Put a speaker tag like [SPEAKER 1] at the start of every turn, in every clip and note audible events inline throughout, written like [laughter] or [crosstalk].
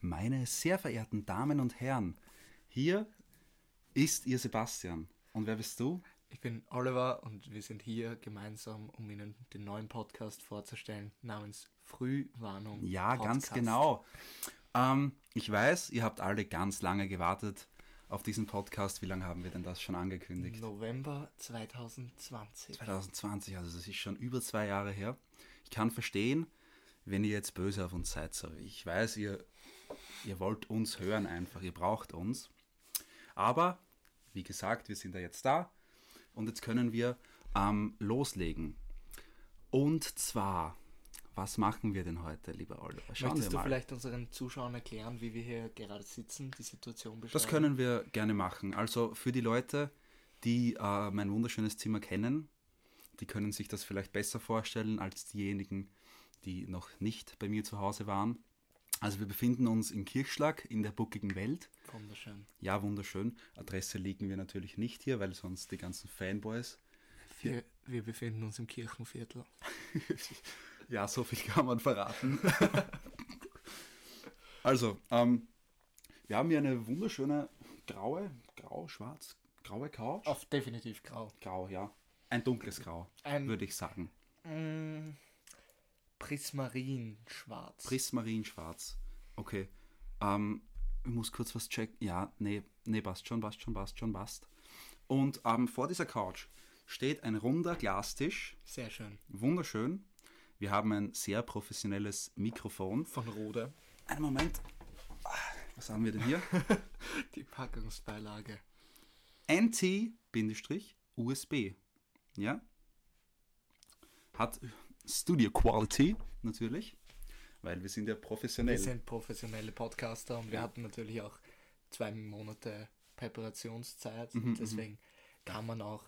[SPEAKER 1] Meine sehr verehrten Damen und Herren, hier ist Ihr Sebastian. Und wer bist du?
[SPEAKER 2] Ich bin Oliver und wir sind hier gemeinsam, um Ihnen den neuen Podcast vorzustellen namens Frühwarnung.
[SPEAKER 1] Ja, ganz
[SPEAKER 2] Podcast.
[SPEAKER 1] genau. Ähm, ich weiß, ihr habt alle ganz lange gewartet auf diesen Podcast. Wie lange haben wir denn das schon angekündigt?
[SPEAKER 2] November 2020.
[SPEAKER 1] 2020, also das ist schon über zwei Jahre her. Ich kann verstehen, wenn ihr jetzt böse auf uns seid. So. Ich weiß, ihr, ihr wollt uns hören einfach, ihr braucht uns. Aber, wie gesagt, wir sind ja jetzt da und jetzt können wir ähm, loslegen. Und zwar, was machen wir denn heute, lieber Oliver?
[SPEAKER 2] Möchtest
[SPEAKER 1] wir
[SPEAKER 2] du
[SPEAKER 1] mal.
[SPEAKER 2] vielleicht unseren Zuschauern erklären, wie wir hier gerade sitzen, die Situation beschreiben?
[SPEAKER 1] Das können wir gerne machen. Also für die Leute, die äh, mein wunderschönes Zimmer kennen, die können sich das vielleicht besser vorstellen als diejenigen, die noch nicht bei mir zu Hause waren. Also wir befinden uns in Kirchschlag in der buckigen Welt.
[SPEAKER 2] Wunderschön.
[SPEAKER 1] Ja, wunderschön. Adresse legen wir natürlich nicht hier, weil sonst die ganzen Fanboys.
[SPEAKER 2] Wir, wir befinden uns im Kirchenviertel.
[SPEAKER 1] Ja, so viel kann man verraten. [laughs] also, ähm, wir haben hier eine wunderschöne graue, grau-schwarz, graue Couch.
[SPEAKER 2] Auf definitiv grau.
[SPEAKER 1] Grau, ja. Ein dunkles Grau,
[SPEAKER 2] Ein-
[SPEAKER 1] würde ich sagen.
[SPEAKER 2] Mm, Prismarin-schwarz.
[SPEAKER 1] Prismarinschwarz. Okay. Ähm, ich muss kurz was checken. Ja, nee, nee, passt schon, passt schon, passt schon, passt. Und ähm, vor dieser Couch steht ein runder Glastisch.
[SPEAKER 2] Sehr schön.
[SPEAKER 1] Wunderschön. Wir haben ein sehr professionelles Mikrofon.
[SPEAKER 2] Von Rode.
[SPEAKER 1] Einen Moment. Ah, Was haben wir denn hier?
[SPEAKER 2] Die Packungsbeilage.
[SPEAKER 1] NT-USB. Ja? Hat Studio Quality natürlich, weil wir sind ja professionell.
[SPEAKER 2] Wir sind professionelle Podcaster und wir hatten natürlich auch zwei Monate Präparationszeit.
[SPEAKER 1] Mhm,
[SPEAKER 2] und deswegen kann man auch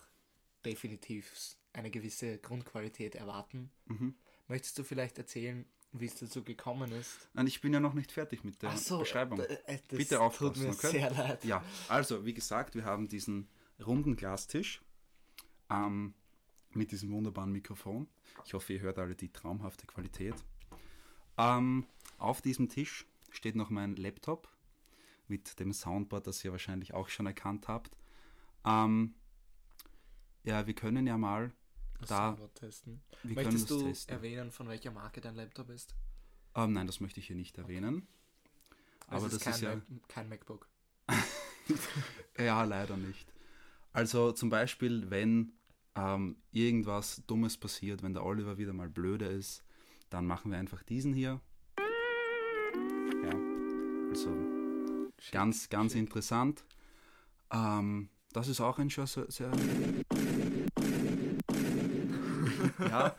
[SPEAKER 2] definitiv s- eine gewisse Grundqualität erwarten.
[SPEAKER 1] Mhm.
[SPEAKER 2] Möchtest du vielleicht erzählen, wie es dazu gekommen ist?
[SPEAKER 1] Nein, ich bin ja noch nicht fertig mit der
[SPEAKER 2] Ach so,
[SPEAKER 1] Beschreibung.
[SPEAKER 2] d- äh, das
[SPEAKER 1] Bitte
[SPEAKER 2] tut
[SPEAKER 1] aufpassen,
[SPEAKER 2] mir
[SPEAKER 1] okay?
[SPEAKER 2] sehr leid.
[SPEAKER 1] Ja, also wie gesagt, wir haben diesen runden Glastisch ähm, mit diesem wunderbaren Mikrofon. Ich hoffe, ihr hört alle die traumhafte Qualität. Ähm, auf diesem Tisch steht noch mein Laptop mit dem Soundboard, das ihr wahrscheinlich auch schon erkannt habt. Ähm, ja, wir können ja mal
[SPEAKER 2] Das
[SPEAKER 1] da.
[SPEAKER 2] Soundboard testen.
[SPEAKER 1] wir können
[SPEAKER 2] Möchtest
[SPEAKER 1] das
[SPEAKER 2] du
[SPEAKER 1] testen.
[SPEAKER 2] erwähnen, von welcher Marke dein Laptop ist?
[SPEAKER 1] Ähm, nein, das möchte ich hier nicht erwähnen.
[SPEAKER 2] Also
[SPEAKER 1] Aber
[SPEAKER 2] Es
[SPEAKER 1] das
[SPEAKER 2] kein
[SPEAKER 1] ist ja.
[SPEAKER 2] Mac- kein MacBook.
[SPEAKER 1] Ja, leider nicht. Also zum Beispiel, wenn ähm, irgendwas Dummes passiert, wenn der Oliver wieder mal blöde ist, dann machen wir einfach diesen hier. Ja, also ganz, ganz interessant. Ähm, das ist auch ein schon sehr... sehr ja,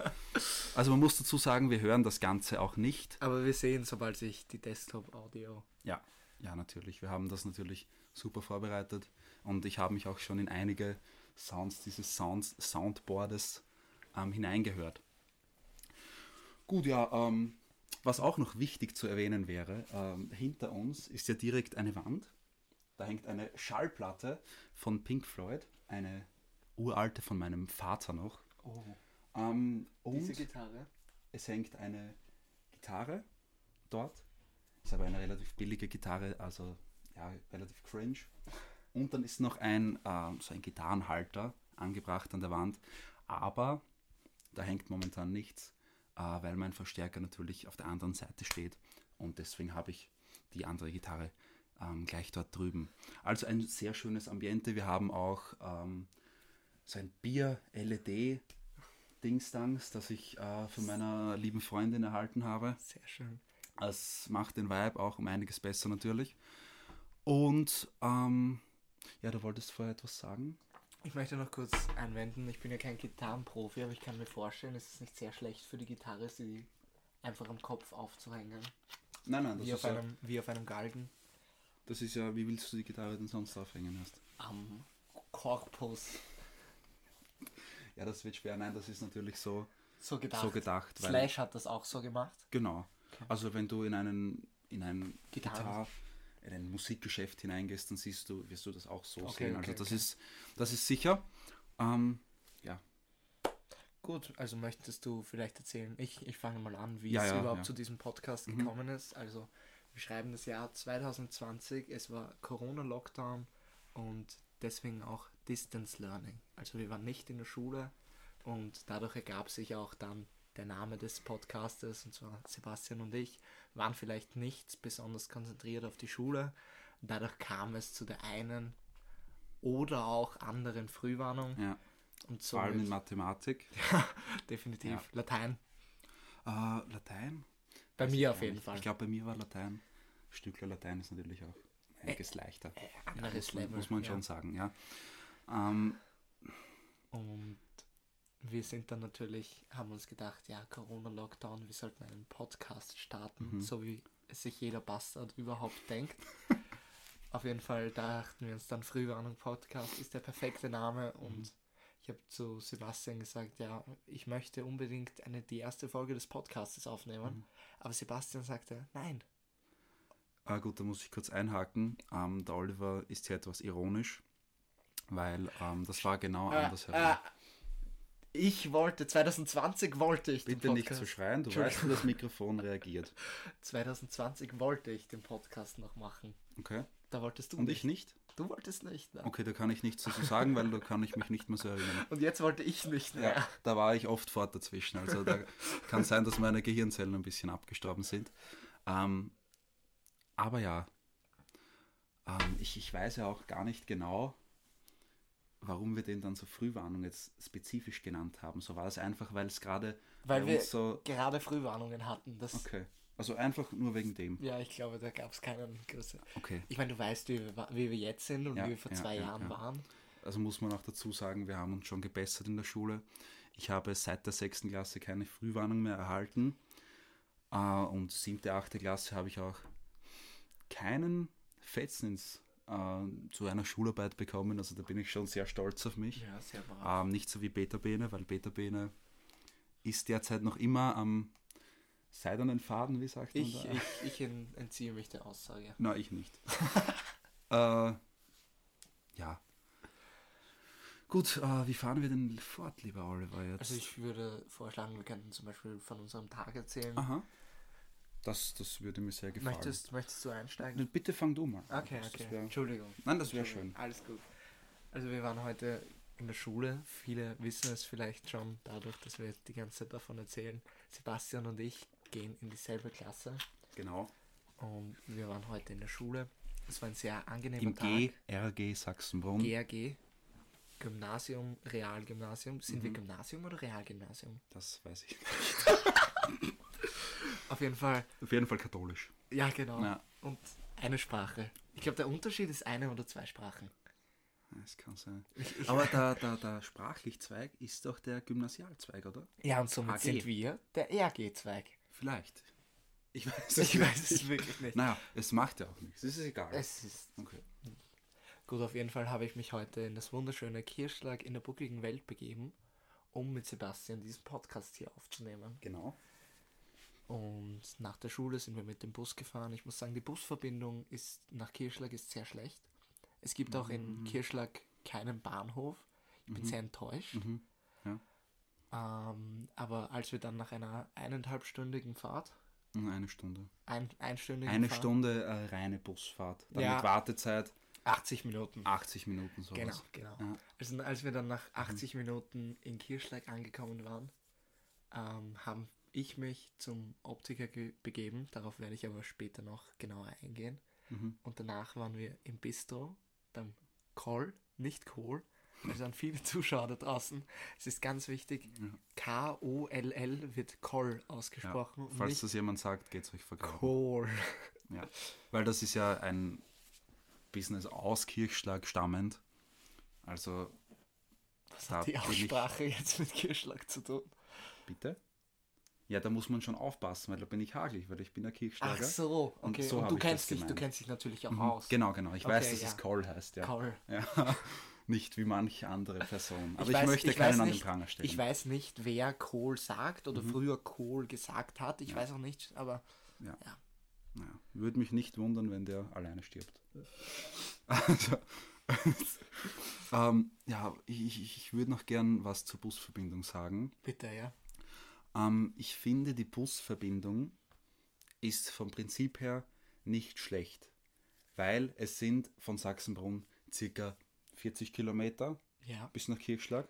[SPEAKER 1] also man muss dazu sagen, wir hören das Ganze auch nicht.
[SPEAKER 2] Aber wir sehen, sobald sich die Desktop-Audio
[SPEAKER 1] Ja, ja, natürlich. Wir haben das natürlich super vorbereitet und ich habe mich auch schon in einige Sounds dieses Sounds, Soundboardes ähm, hineingehört. Gut, ja, ähm, was auch noch wichtig zu erwähnen wäre, ähm, hinter uns ist ja direkt eine Wand. Da hängt eine Schallplatte von Pink Floyd, eine uralte von meinem Vater noch.
[SPEAKER 2] Oh,
[SPEAKER 1] Ähm, und
[SPEAKER 2] Gitarre.
[SPEAKER 1] es hängt eine Gitarre dort. Ist aber eine relativ billige Gitarre, also ja, relativ cringe. Und dann ist noch ein, ähm, so ein Gitarrenhalter angebracht an der Wand. Aber da hängt momentan nichts, äh, weil mein Verstärker natürlich auf der anderen Seite steht. Und deswegen habe ich die andere Gitarre ähm, gleich dort drüben. Also ein sehr schönes Ambiente. Wir haben auch ähm, so ein E Bier-LED-Dingstangs, das ich äh, von meiner lieben Freundin erhalten habe.
[SPEAKER 2] Sehr schön.
[SPEAKER 1] Es macht den Vibe auch um einiges besser natürlich. Und ähm, ja, du wolltest vorher etwas sagen.
[SPEAKER 2] Ich möchte noch kurz einwenden, ich bin ja kein Gitarrenprofi, aber ich kann mir vorstellen, es ist nicht sehr schlecht für die Gitarre, sie einfach am Kopf aufzuhängen.
[SPEAKER 1] Nein, nein, das,
[SPEAKER 2] Wie auf,
[SPEAKER 1] ist ja,
[SPEAKER 2] einem, wie auf einem Galgen.
[SPEAKER 1] das ist ja, wie willst du die Gitarre denn sonst aufhängen hast?
[SPEAKER 2] Am Korpus.
[SPEAKER 1] Ja, das wird schwer. Nein, das ist natürlich so,
[SPEAKER 2] So gedacht.
[SPEAKER 1] so gedacht. Weil,
[SPEAKER 2] Slash hat das auch so gemacht.
[SPEAKER 1] Genau. Also wenn du in einen, in einen
[SPEAKER 2] Gitarren-
[SPEAKER 1] Gitar, in ein Musikgeschäft hineingehst, dann siehst du, wirst du das auch so
[SPEAKER 2] Okay,
[SPEAKER 1] sehen. Also
[SPEAKER 2] okay,
[SPEAKER 1] das
[SPEAKER 2] okay.
[SPEAKER 1] ist, das ist sicher. Ähm, ja.
[SPEAKER 2] Gut, also möchtest du vielleicht erzählen, ich, ich fange mal an, wie
[SPEAKER 1] Ja,
[SPEAKER 2] es
[SPEAKER 1] ja, Mhm.
[SPEAKER 2] überhaupt
[SPEAKER 1] ja.
[SPEAKER 2] zu diesem Podcast gekommen ist. Also Wir schreiben das Jahr 2020, es war Corona-Lockdown und deswegen auch Distance Learning. Also wir waren nicht in der Schule und dadurch ergab sich auch dann der Name des Podcastes und zwar Sebastian und ich waren vielleicht nicht besonders konzentriert auf die Schule. Dadurch kam es zu der einen oder auch anderen Frühwarnung
[SPEAKER 1] Ja.
[SPEAKER 2] und so
[SPEAKER 1] Vor allem in Mathematik.
[SPEAKER 2] definitiv
[SPEAKER 1] Ja.
[SPEAKER 2] Latein.
[SPEAKER 1] Äh, Latein?
[SPEAKER 2] Bei
[SPEAKER 1] Weiß ich
[SPEAKER 2] mir
[SPEAKER 1] gar
[SPEAKER 2] auf jeden
[SPEAKER 1] nicht.
[SPEAKER 2] Fall.
[SPEAKER 1] Ich glaube, bei mir war Latein. Stückler Latein ist natürlich auch einiges leichter.
[SPEAKER 2] Äh,
[SPEAKER 1] Ja,
[SPEAKER 2] anderes
[SPEAKER 1] muss, man,
[SPEAKER 2] Level.
[SPEAKER 1] muss man
[SPEAKER 2] ja.
[SPEAKER 1] schon sagen, ja. Ähm,
[SPEAKER 2] Und wir sind dann natürlich, haben uns gedacht, ja, Corona-Lockdown, wir sollten einen Podcast starten,
[SPEAKER 1] Mhm.
[SPEAKER 2] so wie es sich jeder Bastard überhaupt
[SPEAKER 1] [laughs]
[SPEAKER 2] denkt. Auf jeden Fall dachten wir uns dann, Frühwarnung Podcast ist der perfekte Name
[SPEAKER 1] Mhm.
[SPEAKER 2] und ich habe zu Sebastian gesagt, ja, ich möchte unbedingt eine, die erste Folge des Podcasts aufnehmen,
[SPEAKER 1] Mhm.
[SPEAKER 2] aber Sebastian sagte, nein.
[SPEAKER 1] Ah gut, da muss ich kurz einhaken. Ähm, der Oliver ist hier etwas ironisch, weil ähm, das war genau andersherum.
[SPEAKER 2] Äh, äh, ich wollte, 2020 wollte ich
[SPEAKER 1] Bitte nicht zu schreien, du weißt, wie das Mikrofon reagiert.
[SPEAKER 2] 2020 wollte ich den Podcast noch machen.
[SPEAKER 1] Okay?
[SPEAKER 2] Da wolltest du
[SPEAKER 1] Und ich
[SPEAKER 2] nicht.
[SPEAKER 1] nicht?
[SPEAKER 2] Du wolltest nicht. Ne?
[SPEAKER 1] Okay, da kann ich nichts dazu sagen, weil da kann ich mich nicht mehr so erinnern.
[SPEAKER 2] Und jetzt wollte ich nicht ne? mehr.
[SPEAKER 1] Ja, da war ich oft fort dazwischen. Also da kann sein, dass meine Gehirnzellen ein bisschen abgestorben sind. Ähm, aber ja, ähm, ich, ich weiß ja auch gar nicht genau, warum wir den dann so Frühwarnung jetzt spezifisch genannt haben. So war das einfach, weil es gerade
[SPEAKER 2] Weil
[SPEAKER 1] bei
[SPEAKER 2] wir-
[SPEAKER 1] uns so...
[SPEAKER 2] Gerade Frühwarnungen hatten. Das,
[SPEAKER 1] Okay, also einfach nur wegen dem.
[SPEAKER 2] Ja, ich glaube, da gab es keinen größeren.
[SPEAKER 1] Okay,
[SPEAKER 2] Ich meine, du weißt, wie wir, wa- wie wir jetzt sind und
[SPEAKER 1] Ja,
[SPEAKER 2] wie wir vor
[SPEAKER 1] ja,
[SPEAKER 2] zwei
[SPEAKER 1] ja,
[SPEAKER 2] Jahren
[SPEAKER 1] ja.
[SPEAKER 2] waren.
[SPEAKER 1] also muss man auch dazu sagen, wir haben uns schon gebessert in der Schule. Ich habe seit der sechsten Klasse keine Frühwarnung mehr erhalten. Äh, und siebte, achte Klasse habe ich auch keinen Fetzen ins, äh, zu einer Schularbeit bekommen. Also da bin ich schon sehr stolz auf mich.
[SPEAKER 2] Ja, sehr brav.
[SPEAKER 1] Ähm, nicht so wie Peter Bene, weil Peter Bene ist derzeit noch immer am seidenen Faden, wie sagt man
[SPEAKER 2] Ich,
[SPEAKER 1] da?
[SPEAKER 2] ich, ich en- entziehe mich der Aussage.
[SPEAKER 1] Na, ich nicht. [laughs] äh, ja. Gut, äh, wie fahren wir denn fort, lieber Oliver, jetzt?
[SPEAKER 2] Also ich würde vorschlagen, wir könnten zum Beispiel von unserem Tag erzählen.
[SPEAKER 1] Aha. Das, das würde mir sehr Ah, gefallen.
[SPEAKER 2] möchtest, möchtest du einsteigen?
[SPEAKER 1] Na, Bitte fang du mal. an.
[SPEAKER 2] Okay,
[SPEAKER 1] Das- das
[SPEAKER 2] okay.
[SPEAKER 1] wär-
[SPEAKER 2] Entschuldigung.
[SPEAKER 1] Nein, das wäre schön.
[SPEAKER 2] Alles gut. Also wir waren heute in der Schule. Viele wissen es vielleicht schon dadurch, dass wir die ganze Zeit davon erzählen. Sebastian und ich gehen in dieselbe Klasse
[SPEAKER 1] Genau.
[SPEAKER 2] und wir waren heute in der Schule. Es war ein sehr angenehmer
[SPEAKER 1] Im
[SPEAKER 2] Tag.
[SPEAKER 1] GRG Sachsenbrunn.
[SPEAKER 2] GRG. Gymnasium, Realgymnasium. Sind
[SPEAKER 1] Mhm.
[SPEAKER 2] wir Gymnasium oder Realgymnasium?
[SPEAKER 1] das weiß ich. [laughs]
[SPEAKER 2] Auf jeden Fall.
[SPEAKER 1] Auf jeden Fall katholisch.
[SPEAKER 2] Ja, genau.
[SPEAKER 1] Ja.
[SPEAKER 2] Und eine Sprache. Ich glaube, der Unterschied ist eine oder zwei Sprachen.
[SPEAKER 1] Das kann sein. Aber der, der, der Sprachlichzweig ist doch der Gymnasialzweig, oder?
[SPEAKER 2] Ja, und somit
[SPEAKER 1] AG.
[SPEAKER 2] sind wir der E RG-Zweig.
[SPEAKER 1] Vielleicht. Ich weiß
[SPEAKER 2] [laughs] Ich weiß es wirklich nicht.
[SPEAKER 1] Naja, es macht ja auch nichts. Es ist egal.
[SPEAKER 2] Es ist
[SPEAKER 1] okay.
[SPEAKER 2] Gut, auf jeden Fall habe ich mich heute in das wunderschöne Kirschschlag in der buckligen Welt begeben, um mit Sebastian diesen Podcast hier aufzunehmen.
[SPEAKER 1] Genau.
[SPEAKER 2] Und nach der Schule sind wir mit dem Bus gefahren. Ich muss sagen, die Busverbindung ist nach Kirschschlag ist sehr schlecht. Es gibt auch
[SPEAKER 1] Mhm.
[SPEAKER 2] in Kirschschlag keinen Bahnhof. Ich bin sehr enttäuscht.
[SPEAKER 1] Mhm. Ja.
[SPEAKER 2] Ähm, aber als wir dann nach einer eineinhalbstündigen Fahrt,
[SPEAKER 1] Eine Stunde.
[SPEAKER 2] ein, einstündigen
[SPEAKER 1] Eine
[SPEAKER 2] Fahrt,
[SPEAKER 1] Stunde äh, reine Busfahrt. Dann
[SPEAKER 2] Ja.
[SPEAKER 1] mit Wartezeit
[SPEAKER 2] 80 Minuten.
[SPEAKER 1] 80 Minuten sowas.
[SPEAKER 2] Genau, genau.
[SPEAKER 1] Ja. Mhm.
[SPEAKER 2] Also als wir dann nach 80 Minuten in Kirschlag angekommen waren, ähm, haben ich mich zum Optiker ge- begeben. Darauf werde ich aber später noch genauer eingehen.
[SPEAKER 1] Mhm.
[SPEAKER 2] Und danach waren wir im Bistro beim Call, nicht Kohl. Also an viele [laughs] Zuschauer da draußen. Es ist ganz wichtig, K-O-L-L wird Call
[SPEAKER 1] Ja.
[SPEAKER 2] ausgesprochen und
[SPEAKER 1] Falls
[SPEAKER 2] nicht
[SPEAKER 1] das jemand sagt, geht's euch verkaufen.
[SPEAKER 2] Kohl.
[SPEAKER 1] Ja. Weil das ist ja ein Business aus Kirchschlag stammend. Also,
[SPEAKER 2] Was hat
[SPEAKER 1] Da
[SPEAKER 2] die
[SPEAKER 1] bin ich-
[SPEAKER 2] Aussprache jetzt mit Kirschlag zu tun?
[SPEAKER 1] bitte? Ja, da muss man schon aufpassen, weil da bin ich hagelig, weil ich bin ja
[SPEAKER 2] Ach
[SPEAKER 1] Kirchschlager.
[SPEAKER 2] so, okay.
[SPEAKER 1] Und
[SPEAKER 2] Und,
[SPEAKER 1] so habe
[SPEAKER 2] du,
[SPEAKER 1] ich das
[SPEAKER 2] kennst dich, du
[SPEAKER 1] gemeint.
[SPEAKER 2] kennst dich natürlich auch
[SPEAKER 1] Mhm.
[SPEAKER 2] aus.
[SPEAKER 1] Genau, genau. Ich weiß,
[SPEAKER 2] Okay,
[SPEAKER 1] dass
[SPEAKER 2] ja.
[SPEAKER 1] es Call heißt, ja.
[SPEAKER 2] Call.
[SPEAKER 1] Ja. [laughs] Nicht wie manche andere Person. Aber ich,
[SPEAKER 2] weiß-
[SPEAKER 1] möchte
[SPEAKER 2] ich weiß
[SPEAKER 1] keinen an den
[SPEAKER 2] nicht-
[SPEAKER 1] Pranger Mhm. stellen.
[SPEAKER 2] Ich weiß nicht, wer Kohl sagt oder früher Kohl gesagt hat. Ich weiß auch nicht, aber
[SPEAKER 1] Ja.
[SPEAKER 2] Ja.
[SPEAKER 1] Ja. Würde mich nicht wundern, wenn der alleine stirbt. Also, [laughs] ähm, ja, ich, ich- ich würde noch gern was zur Busverbindung sagen.
[SPEAKER 2] bitte, ja.
[SPEAKER 1] Ähm, ich finde, die Busverbindung ist vom Prinzip her nicht schlecht, weil es sind von Sachsenbrunn circa 40 Kilometer
[SPEAKER 2] Ja,
[SPEAKER 1] bis nach Kirchschlag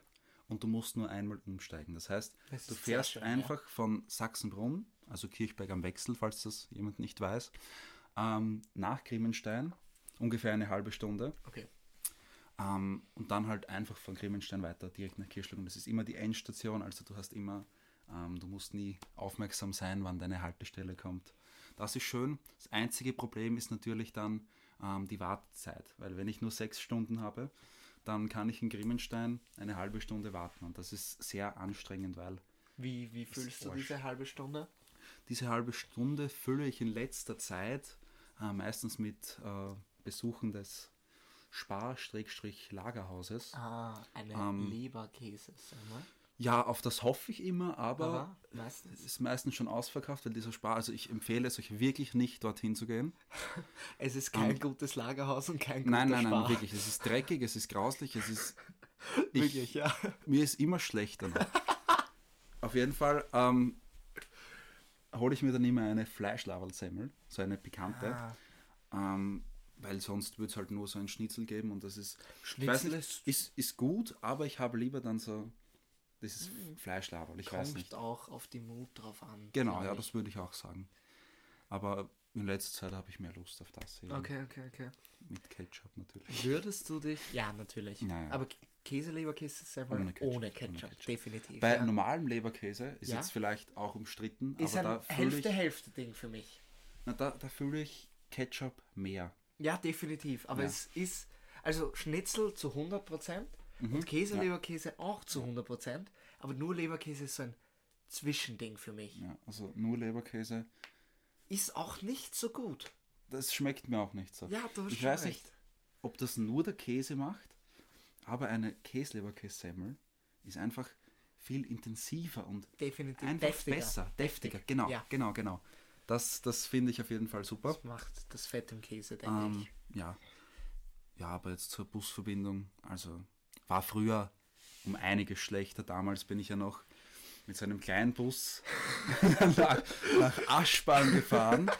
[SPEAKER 1] und du musst nur einmal umsteigen. Das heißt,
[SPEAKER 2] Das
[SPEAKER 1] du
[SPEAKER 2] ist sehr
[SPEAKER 1] fährst
[SPEAKER 2] schön, ja.
[SPEAKER 1] einfach von Sachsenbrunn, also Kirchberg am Wechsel, falls das jemand nicht weiß, ähm, nach Grimmenstein, ungefähr eine halbe Stunde.
[SPEAKER 2] okay.
[SPEAKER 1] Ähm, und dann halt einfach von Grimmenstein weiter direkt nach Kirchschlag. Und das ist immer die Endstation, also du hast immer, ähm, du musst nie aufmerksam sein, wann deine Haltestelle kommt. Das ist schön. Das einzige Problem ist natürlich dann ähm, die Wartezeit, weil wenn ich nur sechs Stunden habe, dann kann ich in Grimmenstein eine halbe Stunde warten und das ist sehr anstrengend, weil
[SPEAKER 2] Wie, wie fühlst du
[SPEAKER 1] Arsch.
[SPEAKER 2] diese halbe Stunde?
[SPEAKER 1] diese halbe Stunde fülle ich in letzter Zeit äh, meistens mit äh, Besuchen des Spar-Lagerhauses.
[SPEAKER 2] Ah, eine
[SPEAKER 1] Ähm,
[SPEAKER 2] Leberkäse-Summe.
[SPEAKER 1] Ja, auf das hoffe ich immer, aber
[SPEAKER 2] Aber meistens.
[SPEAKER 1] es ist meistens schon ausverkauft, weil dieser Spar, also ich empfehle es euch wirklich nicht, dorthin zu gehen.
[SPEAKER 2] Es ist kein gutes Lagerhaus und kein guter
[SPEAKER 1] Ähm, Nein, nein,
[SPEAKER 2] Spar.
[SPEAKER 1] nein, wirklich. Es ist dreckig, es ist grauslich, es
[SPEAKER 2] [laughs]
[SPEAKER 1] ist. Ich,
[SPEAKER 2] Wirklich, ja.
[SPEAKER 1] Mir ist immer schlecht
[SPEAKER 2] [laughs]
[SPEAKER 1] danach. auf jeden Fall ähm, hole ich mir dann immer eine Fleischlavalsemmel, so eine pikante,
[SPEAKER 2] Ah.
[SPEAKER 1] ähm, weil sonst würde es halt nur so ein Schnitzel geben und das ist. ich weiß
[SPEAKER 2] Schnitzel
[SPEAKER 1] nicht,
[SPEAKER 2] ist-
[SPEAKER 1] ist, ist gut, aber ich habe lieber dann so dieses
[SPEAKER 2] Mm.
[SPEAKER 1] Fleischlaval. Ich weiß nicht.
[SPEAKER 2] Kommt auch auf die Mut drauf an.
[SPEAKER 1] Genau,
[SPEAKER 2] glaub
[SPEAKER 1] ja,
[SPEAKER 2] ich.
[SPEAKER 1] das würde ich auch sagen. Aber in letzter Zeit habe ich mehr Lust auf das hier.
[SPEAKER 2] Okay, okay, okay.
[SPEAKER 1] Mit Ketchup natürlich.
[SPEAKER 2] Würdest du dich. Ja, natürlich.
[SPEAKER 1] Ja, ja.
[SPEAKER 2] Aber K- Käseleberkäse ist einfach
[SPEAKER 1] Ohne
[SPEAKER 2] ohne
[SPEAKER 1] Ketchup,
[SPEAKER 2] Ketchup.
[SPEAKER 1] ohne Ketchup.
[SPEAKER 2] Definitiv.
[SPEAKER 1] Bei
[SPEAKER 2] ja.
[SPEAKER 1] normalem Leberkäse ist
[SPEAKER 2] Ja.
[SPEAKER 1] jetzt vielleicht auch umstritten,
[SPEAKER 2] Ist
[SPEAKER 1] aber da
[SPEAKER 2] ein
[SPEAKER 1] fühle ich,
[SPEAKER 2] Hälfte-Hälfte-Ding für mich.
[SPEAKER 1] na, da, da fühle ich Ketchup mehr.
[SPEAKER 2] Ja, definitiv. Aber
[SPEAKER 1] Ja.
[SPEAKER 2] es ist. Also Schnitzel zu 100%
[SPEAKER 1] Mhm.
[SPEAKER 2] und Käseleberkäse auch zu 100%. Aber nur Leberkäse ist so ein Zwischending für mich.
[SPEAKER 1] Ja, also nur Leberkäse,
[SPEAKER 2] Ist auch nicht so gut.
[SPEAKER 1] das schmeckt mir auch nicht so.
[SPEAKER 2] Ja, du hast
[SPEAKER 1] ich
[SPEAKER 2] schon
[SPEAKER 1] weiß
[SPEAKER 2] recht.
[SPEAKER 1] nicht, ob das nur der Käse macht, aber eine Käseleberkässemmel ist einfach viel intensiver und
[SPEAKER 2] Definitiv.
[SPEAKER 1] einfach
[SPEAKER 2] deftiger.
[SPEAKER 1] besser, deftiger. Genau,
[SPEAKER 2] Ja.
[SPEAKER 1] genau, genau. Das, das finde ich auf jeden Fall super.
[SPEAKER 2] Das macht das Fett im Käse, denke
[SPEAKER 1] Ähm,
[SPEAKER 2] ich.
[SPEAKER 1] ja. Ja, aber jetzt zur Busverbindung. Also war früher um einiges schlechter. Damals bin ich ja noch mit so einem kleinen Bus [laughs] nach, nach Aschbang gefahren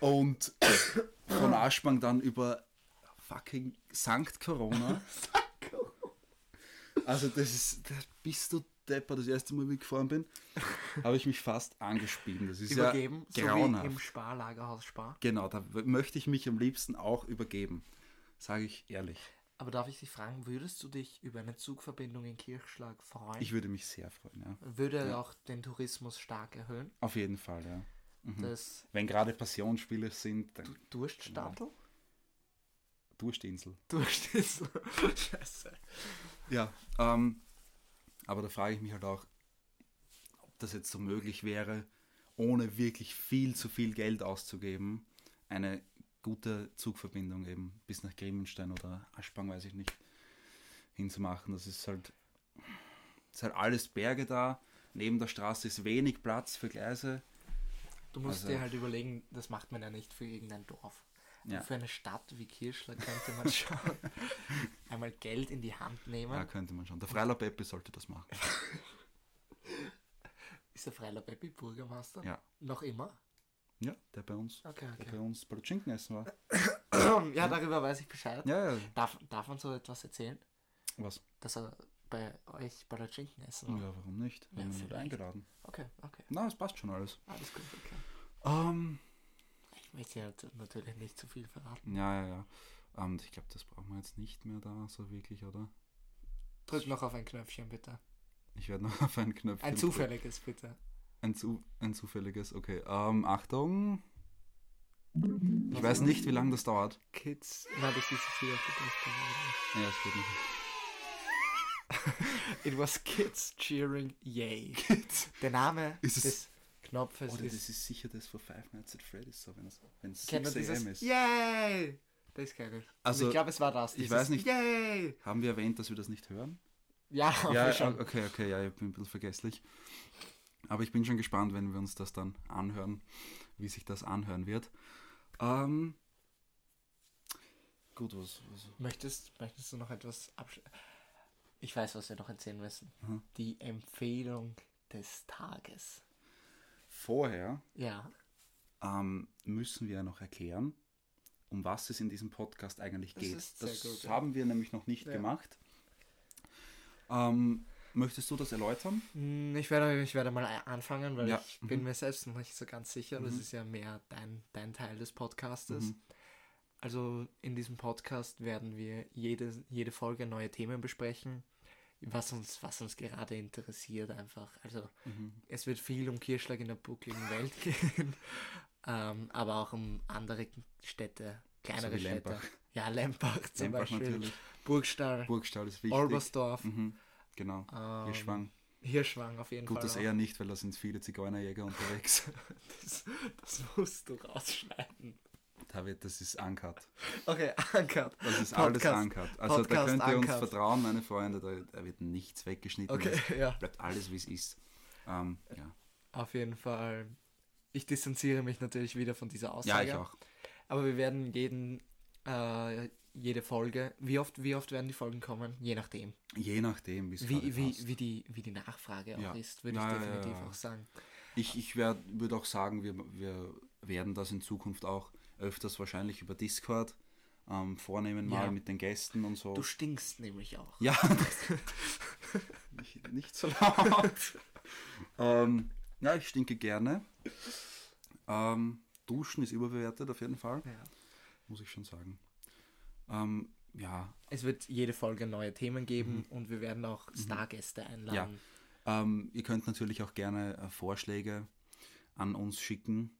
[SPEAKER 1] und von Aschbang dann über fucking Sankt
[SPEAKER 2] [laughs]
[SPEAKER 1] Corona. Also das ist, das bist du depper, das erste Mal, wie ich gefahren bin, habe ich mich fast angespielt. Das ist
[SPEAKER 2] Übergeben,
[SPEAKER 1] ja
[SPEAKER 2] so
[SPEAKER 1] grauenhaft.
[SPEAKER 2] wie im Sparlagerhaus Spar.
[SPEAKER 1] Genau, da w- möchte ich mich am liebsten auch übergeben. Sage ich ehrlich.
[SPEAKER 2] Aber darf ich dich fragen, würdest du dich über eine Zugverbindung in Kirchschlag freuen?
[SPEAKER 1] Ich würde mich sehr freuen, ja.
[SPEAKER 2] Würde auch den Tourismus stark erhöhen.
[SPEAKER 1] Auf jeden Fall, ja. Mhm.
[SPEAKER 2] Das
[SPEAKER 1] Wenn gerade Passionsspiele sind, dann
[SPEAKER 2] Durststadel?
[SPEAKER 1] Durstinsel.
[SPEAKER 2] [laughs] Durststadel. Scheiße.
[SPEAKER 1] Ja. Ähm, aber da frage ich mich halt auch, ob das jetzt so möglich wäre, ohne wirklich viel zu viel Geld auszugeben, eine gute Zugverbindung eben bis nach Gremenstein oder Aschbang, weiß ich nicht, hinzumachen. Das ist halt, ist halt alles Berge da. Neben der Straße ist wenig Platz für Gleise.
[SPEAKER 2] Du musst
[SPEAKER 1] Also-
[SPEAKER 2] dir halt überlegen, das macht man ja nicht für irgendein Dorf.
[SPEAKER 1] Ja.
[SPEAKER 2] Für eine Stadt wie Kirchschlag könnte
[SPEAKER 1] [laughs]
[SPEAKER 2] man schon einmal Geld in die Hand nehmen.
[SPEAKER 1] Ja, könnte man schon. Der Freiler Peppe sollte das machen.
[SPEAKER 2] Ist der Freiler Beppi Bürgermeister?
[SPEAKER 1] Ja.
[SPEAKER 2] Noch immer?
[SPEAKER 1] Ja, der bei uns,
[SPEAKER 2] Okay,
[SPEAKER 1] der
[SPEAKER 2] okay.
[SPEAKER 1] bei uns Palatschinken essen
[SPEAKER 2] [laughs]
[SPEAKER 1] war.
[SPEAKER 2] [clears throat] Ja, darüber weiß ich Bescheid.
[SPEAKER 1] Ja, ja.
[SPEAKER 2] Darf, darf man so etwas erzählen?
[SPEAKER 1] Was?
[SPEAKER 2] Dass er bei euch Palatschinken essen
[SPEAKER 1] Ja,
[SPEAKER 2] war?
[SPEAKER 1] warum nicht? Wir
[SPEAKER 2] Ja,
[SPEAKER 1] haben ihn halt
[SPEAKER 2] vielleicht.
[SPEAKER 1] eingeladen.
[SPEAKER 2] Okay, okay.
[SPEAKER 1] Na, es passt schon alles.
[SPEAKER 2] Alles gut, okay.
[SPEAKER 1] Ähm,
[SPEAKER 2] Ich möchte ja t- natürlich nicht zu viel verraten.
[SPEAKER 1] ja, ja, ja. Ähm, ich glaube, das brauchen wir jetzt nicht mehr da so wirklich, oder?
[SPEAKER 2] Drück noch auf ein Knöpfchen, bitte.
[SPEAKER 1] Ich werde noch [laughs] auf einen Knopf.
[SPEAKER 2] Ein zufälliges, bitte.
[SPEAKER 1] Ein, zu, ein zufälliges, okay. Ähm, Achtung. Ich weiß nicht, wie lange das dauert.
[SPEAKER 2] Kids. Nein, das ist jetzt wieder vergessen.
[SPEAKER 1] Ja, es geht nicht.
[SPEAKER 2] It was Kids Cheering Yay. Kids. Der Name
[SPEAKER 1] Ist es-
[SPEAKER 2] des
[SPEAKER 1] [laughs]
[SPEAKER 2] Knopfes
[SPEAKER 1] Oder
[SPEAKER 2] ist...
[SPEAKER 1] das ist sicher das von Five Nights at Freddy's, so wenn es wenn es
[SPEAKER 2] Kennt ihr
[SPEAKER 1] 6
[SPEAKER 2] dieses
[SPEAKER 1] a.m. ist.
[SPEAKER 2] Yay! Das kenne ich. Also,
[SPEAKER 1] Also,
[SPEAKER 2] ich glaube, es war das.
[SPEAKER 1] ich
[SPEAKER 2] dieses
[SPEAKER 1] weiß nicht-
[SPEAKER 2] Yay!
[SPEAKER 1] Haben wir erwähnt, dass wir das nicht hören?
[SPEAKER 2] Ja,
[SPEAKER 1] [laughs]
[SPEAKER 2] aber
[SPEAKER 1] ja,
[SPEAKER 2] schon.
[SPEAKER 1] okay, okay, ja, ich bin ein bisschen vergesslich. Aber ich bin schon gespannt, wenn wir uns das dann anhören, wie sich das anhören wird. Ähm, gut, was, was?
[SPEAKER 2] Möchtest, möchtest du noch etwas absch... Ich weiß, was wir noch erzählen müssen.
[SPEAKER 1] Mhm.
[SPEAKER 2] Die Empfehlung des Tages.
[SPEAKER 1] Vorher
[SPEAKER 2] Ja.
[SPEAKER 1] ähm, müssen wir noch erklären, um was es in diesem Podcast eigentlich
[SPEAKER 2] Das
[SPEAKER 1] geht.
[SPEAKER 2] ist sehr
[SPEAKER 1] Das
[SPEAKER 2] gut, ja.
[SPEAKER 1] haben wir nämlich noch nicht
[SPEAKER 2] Ja.
[SPEAKER 1] gemacht. Ähm, möchtest du das erläutern?
[SPEAKER 2] Mm, Ich werde, ich werde mal a- anfangen, weil
[SPEAKER 1] Ja,
[SPEAKER 2] ich
[SPEAKER 1] mhm.
[SPEAKER 2] bin mir selbst noch nicht so ganz sicher. Das
[SPEAKER 1] Mhm.
[SPEAKER 2] ist ja mehr dein, dein Teil des Podcastes.
[SPEAKER 1] Mhm.
[SPEAKER 2] Also in diesem Podcast werden wir jede, jede Folge neue Themen besprechen, was uns, was uns gerade interessiert einfach. Also
[SPEAKER 1] Mhm.
[SPEAKER 2] es wird viel um Kirschlag in der buckligen Welt [laughs] gehen, ähm, aber auch um andere Städte, kleinere
[SPEAKER 1] wie
[SPEAKER 2] Städte.
[SPEAKER 1] Lempach.
[SPEAKER 2] Ja, Lempach zum
[SPEAKER 1] Lempach
[SPEAKER 2] Beispiel,
[SPEAKER 1] natürlich.
[SPEAKER 2] Burgstall,
[SPEAKER 1] Burgstall ist wichtig.
[SPEAKER 2] Olbersdorf,
[SPEAKER 1] Mhm. Genau.
[SPEAKER 2] ähm,
[SPEAKER 1] Hirschwang.
[SPEAKER 2] Hirschwang auf jeden
[SPEAKER 1] Gut,
[SPEAKER 2] Fall.
[SPEAKER 1] das
[SPEAKER 2] auch.
[SPEAKER 1] eher nicht, weil da sind viele Zigeunerjäger unterwegs. [laughs]
[SPEAKER 2] Das, das musst du rausschneiden.
[SPEAKER 1] da wird, das ist uncut.
[SPEAKER 2] Okay, [laughs] Uncut.
[SPEAKER 1] Das ist alles
[SPEAKER 2] Podcast-
[SPEAKER 1] uncut. Also da
[SPEAKER 2] Podcast
[SPEAKER 1] könnt ihr uns
[SPEAKER 2] uncut.
[SPEAKER 1] vertrauen, meine Freunde. Da, da wird nichts weggeschnitten.
[SPEAKER 2] Okay,
[SPEAKER 1] Das
[SPEAKER 2] ja.
[SPEAKER 1] bleibt alles, wie es ist. Ähm, ja.
[SPEAKER 2] Auf jeden Fall. Ich distanziere mich natürlich wieder von dieser
[SPEAKER 1] ja,
[SPEAKER 2] Aussage.
[SPEAKER 1] ich auch.
[SPEAKER 2] Aber wir werden jeden, äh, jede Folge, wie oft, wie oft werden die Folgen kommen? Je nachdem.
[SPEAKER 1] Je nachdem, wie's gerade
[SPEAKER 2] Wie,
[SPEAKER 1] passt.
[SPEAKER 2] wie, wie, die, wie die Nachfrage auch
[SPEAKER 1] Ja.
[SPEAKER 2] ist, würde
[SPEAKER 1] Ja,
[SPEAKER 2] ich
[SPEAKER 1] ja,
[SPEAKER 2] definitiv
[SPEAKER 1] ja, ja.
[SPEAKER 2] auch sagen.
[SPEAKER 1] Ich, ich würde auch sagen, wir, wir werden das in Zukunft auch öfters wahrscheinlich über Discord ähm, vornehmen, mal
[SPEAKER 2] Ja.
[SPEAKER 1] mit den Gästen und so.
[SPEAKER 2] Du stinkst nämlich
[SPEAKER 1] [laughs]
[SPEAKER 2] auch.
[SPEAKER 1] ja, nicht, nicht so
[SPEAKER 2] [laughs]
[SPEAKER 1] laut. ähm, ja, ich stinke gerne. Ähm, Duschen ist überbewertet auf jeden Fall,
[SPEAKER 2] Ja.
[SPEAKER 1] muss ich schon sagen. Ähm, ja,
[SPEAKER 2] Es wird jede Folge neue Themen
[SPEAKER 1] Mhm.
[SPEAKER 2] geben und wir werden auch Stargäste einladen.
[SPEAKER 1] Ähm, ihr könnt natürlich auch gerne äh, Vorschläge an uns schicken.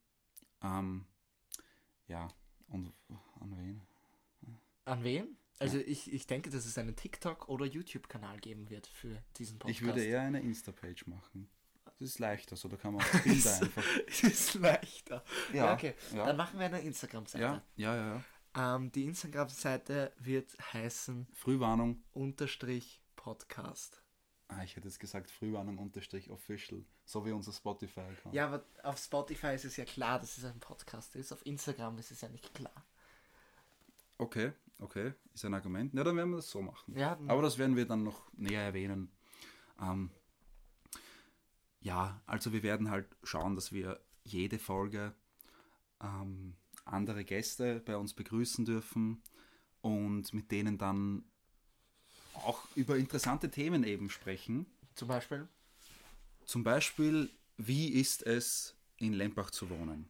[SPEAKER 1] Ähm, ja, und an wen?
[SPEAKER 2] An wen? Also ich, ich denke, dass es einen TikTok- oder YouTube-Kanal geben wird für diesen Podcast.
[SPEAKER 1] Ich würde eher eine Insta-Page machen. Das ist leichter, so da kann man
[SPEAKER 2] [laughs]
[SPEAKER 1] auch Bilder einfach.
[SPEAKER 2] Es ist leichter. Ja,
[SPEAKER 1] Ja,
[SPEAKER 2] okay.
[SPEAKER 1] ja.
[SPEAKER 2] Dann machen wir eine Instagram-Seite.
[SPEAKER 1] Ja, ja, ja, ja.
[SPEAKER 2] Ähm, die Instagram-Seite wird heißen
[SPEAKER 1] Frühwarnung.
[SPEAKER 2] unterstrich Podcast.
[SPEAKER 1] Ah, ich hätte jetzt gesagt Frühwarnung unterstrich official, so wie unser Spotify-Account.
[SPEAKER 2] Ja, aber auf Spotify ist es ja klar, dass es ein Podcast ist. Auf Instagram ist es ja nicht klar.
[SPEAKER 1] Okay, okay, ist ein Argument. Na, dann werden wir das so machen.
[SPEAKER 2] Ja, dann-
[SPEAKER 1] Aber das werden wir dann noch näher erwähnen. Ähm, ja, also wir werden halt schauen, dass wir jede Folge ähm, andere Gäste bei uns begrüßen dürfen und mit denen dann auch über interessante Themen eben sprechen.
[SPEAKER 2] Zum Beispiel.
[SPEAKER 1] Zum Beispiel, wie ist es, in Lempach zu wohnen?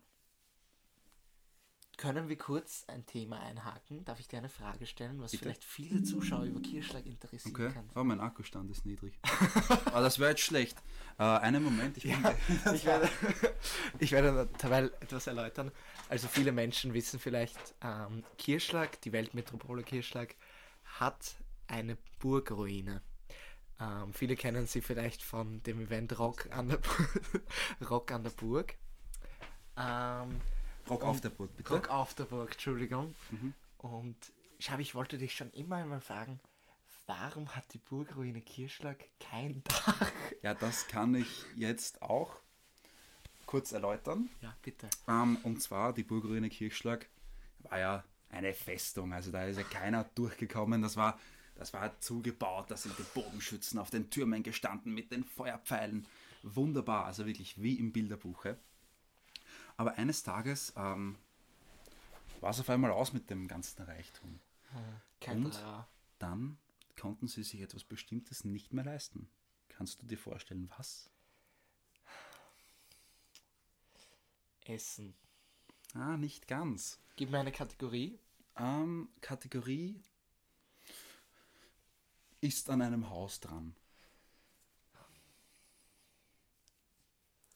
[SPEAKER 2] Können wir kurz ein Thema einhaken? Darf ich dir eine Frage stellen, was vielleicht viele Zuschauer über Kirschlag interessieren
[SPEAKER 1] Okay.
[SPEAKER 2] kann?
[SPEAKER 1] Oh, mein Akkustand ist niedrig. [laughs] ah, das wäre jetzt schlecht. Äh, einen Moment, ich bin
[SPEAKER 2] Ich werde, [laughs] ich werde derweil etwas erläutern. Also viele Menschen wissen vielleicht, ähm, Kirschlag, die Weltmetropole Kirschlag, hat eine Burgruine. Ähm, viele kennen sie vielleicht von dem Event Rock an der, Bu- [laughs] Rock an der Burg. Ähm,
[SPEAKER 1] Rock auf der Burg, bitte.
[SPEAKER 2] Rock auf der Burg, Entschuldigung. Und Schabi, ich wollte dich schon immer einmal fragen, warum hat die Burgruine Kirschlag kein Dach?
[SPEAKER 1] Ja, das kann ich jetzt auch kurz erläutern.
[SPEAKER 2] Ja, bitte.
[SPEAKER 1] Ähm, und zwar, die Burgruine Kirchschlag war ja eine Festung, also da ist ja keiner durchgekommen. Das war, das war zugebaut, da sind die Bogenschützen auf den Türmen gestanden mit den Feuerpfeilen. Wunderbar, also wirklich wie im Bilderbuche. Aber eines Tages ähm, war es auf einmal aus mit dem ganzen Reichtum.
[SPEAKER 2] Kein
[SPEAKER 1] Und?
[SPEAKER 2] Dach.
[SPEAKER 1] Dann konnten sie sich etwas Bestimmtes nicht mehr leisten. Kannst du dir vorstellen, was?
[SPEAKER 2] Essen.
[SPEAKER 1] Ah, nicht ganz.
[SPEAKER 2] Gib mir eine Kategorie.
[SPEAKER 1] Ähm, Kategorie ist an einem Haus dran.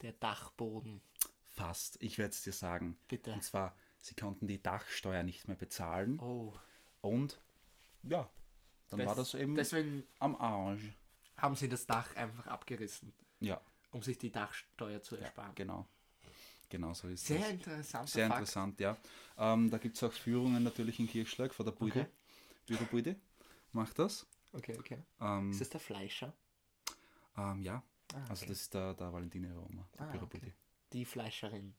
[SPEAKER 2] Der Dachboden.
[SPEAKER 1] Fast. Ich werde es dir sagen.
[SPEAKER 2] Bitte.
[SPEAKER 1] Und zwar, sie konnten die Dachsteuer nicht mehr bezahlen.
[SPEAKER 2] Oh.
[SPEAKER 1] Und ja, dann war das eben
[SPEAKER 2] Deswegen
[SPEAKER 1] am Arsch.
[SPEAKER 2] haben sie das Dach einfach abgerissen,
[SPEAKER 1] Ja,
[SPEAKER 2] um sich die Dachsteuer zu ersparen.
[SPEAKER 1] genau. Genau so ist
[SPEAKER 2] Sehr
[SPEAKER 1] das.
[SPEAKER 2] interessant.
[SPEAKER 1] Sehr interessant, ja. Ähm, da gibt es auch Führungen natürlich in Kirchschlag vor der Bude.
[SPEAKER 2] Okay.
[SPEAKER 1] Büro Bude macht das.
[SPEAKER 2] Okay, okay.
[SPEAKER 1] Ähm,
[SPEAKER 2] Ist das der Fleischer?
[SPEAKER 1] ähm, ja,
[SPEAKER 2] Ah,
[SPEAKER 1] also
[SPEAKER 2] okay.
[SPEAKER 1] das ist der, der Valentine Roma, der
[SPEAKER 2] Ah,
[SPEAKER 1] Büro
[SPEAKER 2] okay.
[SPEAKER 1] Bude.
[SPEAKER 2] Die Fleischerin.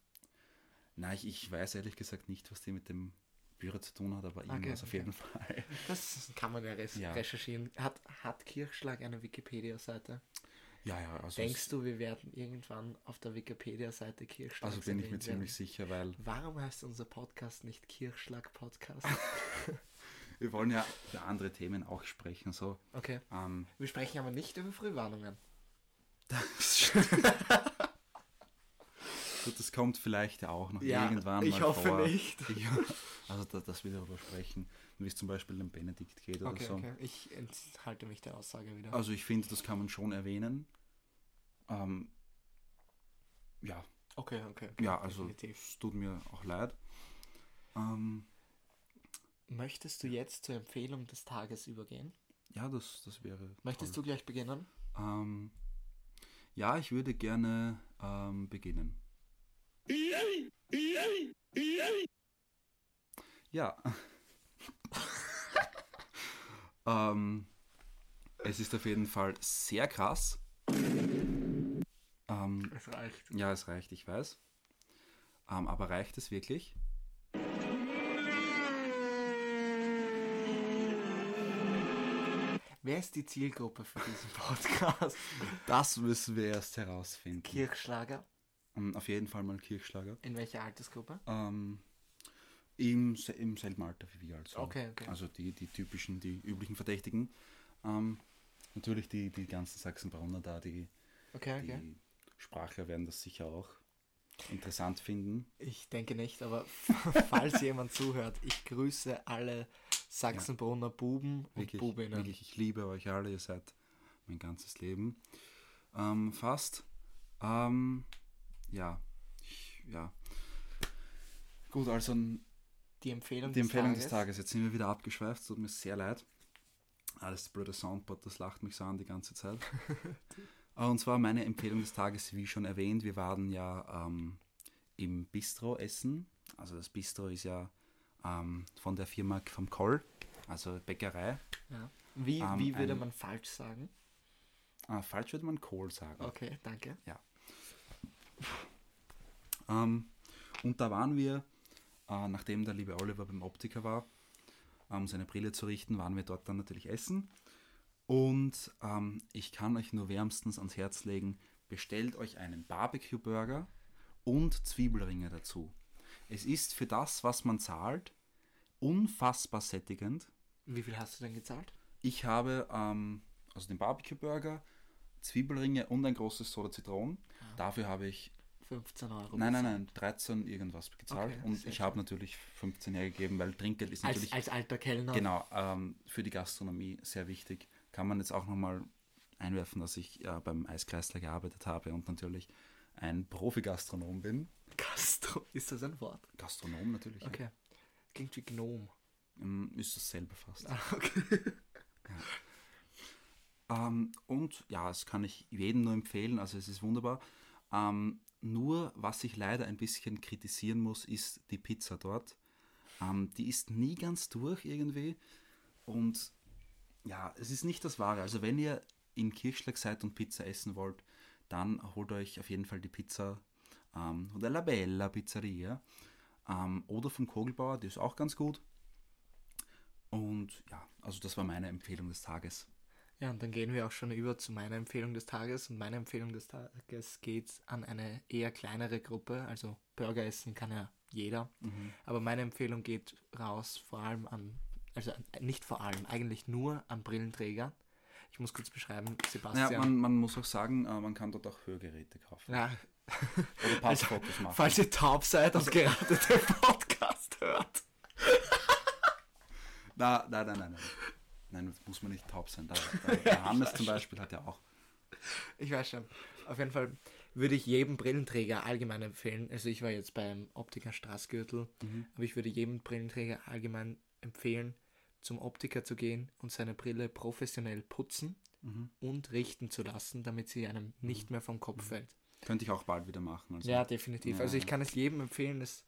[SPEAKER 1] Nein, ich, ich weiß ehrlich gesagt nicht, was die mit dem Büro zu tun hat, aber irgendwas auf
[SPEAKER 2] okay.
[SPEAKER 1] jeden Fall. [laughs]
[SPEAKER 2] Das kann man ja, res
[SPEAKER 1] Ja.
[SPEAKER 2] recherchieren. Hat, hat Kirchschlag eine Wikipedia-Seite?
[SPEAKER 1] Ja, ja, also,
[SPEAKER 2] Denkst du, wir werden irgendwann auf der Wikipedia-Seite Kirchschlag
[SPEAKER 1] also bin ich mir
[SPEAKER 2] erwähnt
[SPEAKER 1] ziemlich sicher,
[SPEAKER 2] [laughs]
[SPEAKER 1] weil
[SPEAKER 2] werden? Warum heißt unser Podcast nicht
[SPEAKER 1] [laughs]
[SPEAKER 2] Kirchschlag-Podcast?
[SPEAKER 1] wir wollen ja über andere Themen auch sprechen. So,
[SPEAKER 2] Okay. [laughs]
[SPEAKER 1] ähm,
[SPEAKER 2] Wir sprechen aber nicht über Frühwarnungen.
[SPEAKER 1] gut, das kommt vielleicht ja auch noch
[SPEAKER 2] Ja,
[SPEAKER 1] irgendwann
[SPEAKER 2] ich
[SPEAKER 1] mal
[SPEAKER 2] hoffe
[SPEAKER 1] vor. [laughs]
[SPEAKER 2] nicht.
[SPEAKER 1] Ich, also, da, dass wir darüber sprechen, wie es zum Beispiel dem Benedikt geht oder
[SPEAKER 2] Okay,
[SPEAKER 1] so.
[SPEAKER 2] okay. Ich enthalte mich der Aussage wieder.
[SPEAKER 1] Also, ich finde, das kann man schon erwähnen. Ähm, ja,
[SPEAKER 2] okay, okay. okay
[SPEAKER 1] ja, also,
[SPEAKER 2] Definitiv.
[SPEAKER 1] es tut mir auch leid. Ähm,
[SPEAKER 2] Möchtest du jetzt zur Empfehlung des Tages übergehen?
[SPEAKER 1] ja, das, das wäre.
[SPEAKER 2] Möchtest du gleich beginnen?
[SPEAKER 1] Ähm, ja, ich würde gerne ähm, beginnen. Ja. [laughs] ähm, es ist auf jeden Fall sehr krass. Ähm,
[SPEAKER 2] Es reicht.
[SPEAKER 1] ja, es reicht, ich weiß. Ähm, aber reicht es wirklich?
[SPEAKER 2] Wer ist die Zielgruppe für diesen [laughs] Podcast?
[SPEAKER 1] Das müssen wir erst herausfinden.
[SPEAKER 2] Kirchschlager?
[SPEAKER 1] Ähm, auf jeden Fall mal Kirchschlager.
[SPEAKER 2] In welcher Altersgruppe?
[SPEAKER 1] Ähm, im, se- Im selben Alter wie wir also.
[SPEAKER 2] Okay, okay.
[SPEAKER 1] Also die, die typischen, die üblichen Verdächtigen. Ähm, natürlich die, die ganzen Sachsenbrunner da, die,
[SPEAKER 2] Okay,
[SPEAKER 1] die
[SPEAKER 2] okay.
[SPEAKER 1] Sprachler werden das sicher auch interessant finden.
[SPEAKER 2] Ich denke nicht, aber [laughs] f- falls jemand zuhört, ich grüße alle Sachsenbrunner Buben und ne?
[SPEAKER 1] Wirklich,
[SPEAKER 2] Bubinnen.
[SPEAKER 1] wirklich ich liebe euch alle, ihr seid mein ganzes Leben. Ähm, fast. Ähm, ja. Ich, ja. Gut, also
[SPEAKER 2] Die Empfehlung,
[SPEAKER 1] Die Empfehlung des Tages. Jetzt sind wir wieder abgeschweift, tut mir sehr leid. Ah, Alles blöde Soundboard, das lacht mich so an die ganze [laughs] Zeit. Äh, Und zwar meine Empfehlung des Tages, wie schon erwähnt, wir waren ja ähm, im Bistro essen. Also das Bistro ist ja ähm, von der Firma vom Koll, also Bäckerei.
[SPEAKER 2] Ja. Wie,
[SPEAKER 1] Ähm,
[SPEAKER 2] wie würde
[SPEAKER 1] ein-
[SPEAKER 2] man falsch sagen?
[SPEAKER 1] Ah, falsch würde man Kohl sagen.
[SPEAKER 2] Okay, danke.
[SPEAKER 1] Ähm, und da waren wir, äh, nachdem der liebe Oliver beim Optiker war, äh, um seine Brille zu richten, waren wir dort dann natürlich essen. Und ähm, ich kann euch nur wärmstens ans Herz legen, bestellt euch einen Barbecue-Burger und Zwiebelringe dazu. Es ist für das, was man zahlt, unfassbar sättigend.
[SPEAKER 2] Wie viel hast du denn gezahlt?
[SPEAKER 1] Ich habe ähm, also den Barbecue-Burger, Zwiebelringe und ein großes Soda Zitronen. Dafür habe ich
[SPEAKER 2] 15 Euro.
[SPEAKER 1] Nein, nein, nein, 13 irgendwas gezahlt.
[SPEAKER 2] Okay,
[SPEAKER 1] und
[SPEAKER 2] sehr
[SPEAKER 1] ich habe natürlich 15 hergegeben, weil Trinkgeld ist
[SPEAKER 2] Als,
[SPEAKER 1] natürlich
[SPEAKER 2] als alter Kellner.
[SPEAKER 1] genau ähm, für die Gastronomie sehr wichtig. Kann man jetzt auch nochmal einwerfen, dass ich äh, beim Eiskreisler gearbeitet habe und natürlich ein Profi-Gastronom bin.
[SPEAKER 2] Gastro. [laughs] Ist das ein Wort?
[SPEAKER 1] Gastronom natürlich.
[SPEAKER 2] Okay. Klingt wie Gnom.
[SPEAKER 1] Ja. Ähm, Ist dasselbe fast.
[SPEAKER 2] Okay.
[SPEAKER 1] Ähm, und ja, das kann ich jedem nur empfehlen, also es ist wunderbar. Ähm, nur, was ich leider ein bisschen kritisieren muss, ist die Pizza dort. Ähm, die ist nie ganz durch irgendwie und ja, es ist nicht das Wahre. Also wenn ihr in Kirchschlag seid und Pizza essen wollt, dann holt euch auf jeden Fall die Pizza ähm, von der Labella Pizzeria ähm, oder vom Kogelbauer, die ist auch ganz gut. Und ja, also das war meine Empfehlung des Tages.
[SPEAKER 2] Ja, und dann gehen wir auch schon über zu meiner Empfehlung des Tages. Und meine Empfehlung des Tages geht an eine eher kleinere Gruppe. Also Burger essen kann ja jeder. Aber meine Empfehlung geht raus vor allem an, also an, nicht vor allem, eigentlich nur an Brillenträger. Ich muss kurz beschreiben,
[SPEAKER 1] Naja,
[SPEAKER 2] Sebastian.
[SPEAKER 1] man, man muss auch sagen, äh, man kann dort auch Hörgeräte kaufen.
[SPEAKER 2] Ja,
[SPEAKER 1] Oder Passfotos machen.
[SPEAKER 2] falls ihr taub seid und gerade den Podcast hört.
[SPEAKER 1] Na, nein, nein, nein, nein. Nein, das muss man nicht taub sein. Da, da, der Hannes zum Beispiel hat ja auch.
[SPEAKER 2] Ich weiß schon. Auf jeden Fall würde ich jedem Brillenträger allgemein empfehlen. Also ich war jetzt beim Optiker Straßgürtel, aber ich würde jedem Brillenträger allgemein empfehlen, zum Optiker zu gehen und seine Brille professionell putzen und richten zu lassen, damit sie einem nicht mehr vom Kopf fällt.
[SPEAKER 1] Könnte ich auch bald wieder machen. Also.
[SPEAKER 2] Ja, definitiv. Also ich
[SPEAKER 1] Ja.
[SPEAKER 2] kann es jedem empfehlen. Es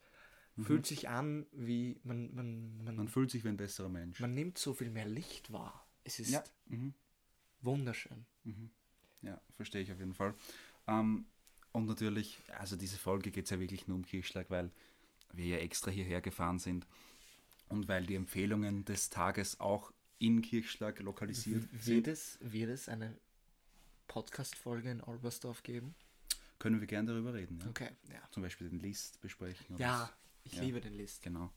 [SPEAKER 2] fühlt sich an, wie man man, man
[SPEAKER 1] Man fühlt sich wie ein besserer Mensch.
[SPEAKER 2] man nimmt so viel mehr Licht wahr. Es ist
[SPEAKER 1] ja, mhm.
[SPEAKER 2] wunderschön.
[SPEAKER 1] ja verstehe ich auf jeden Fall. Ähm, und natürlich, also diese Folge geht es ja wirklich nur um Kirchschlag, weil wir ja extra hierher gefahren sind und weil die Empfehlungen des Tages auch in Kirchschlag lokalisiert sind.
[SPEAKER 2] Wird es, wird es eine Podcast-Folge in Albersdorf geben?
[SPEAKER 1] Können wir gerne darüber reden. Ja?
[SPEAKER 2] Okay, ja.
[SPEAKER 1] Zum Beispiel den List besprechen. oder
[SPEAKER 2] Ja, ich
[SPEAKER 1] Ja.
[SPEAKER 2] liebe den List.
[SPEAKER 1] Genau.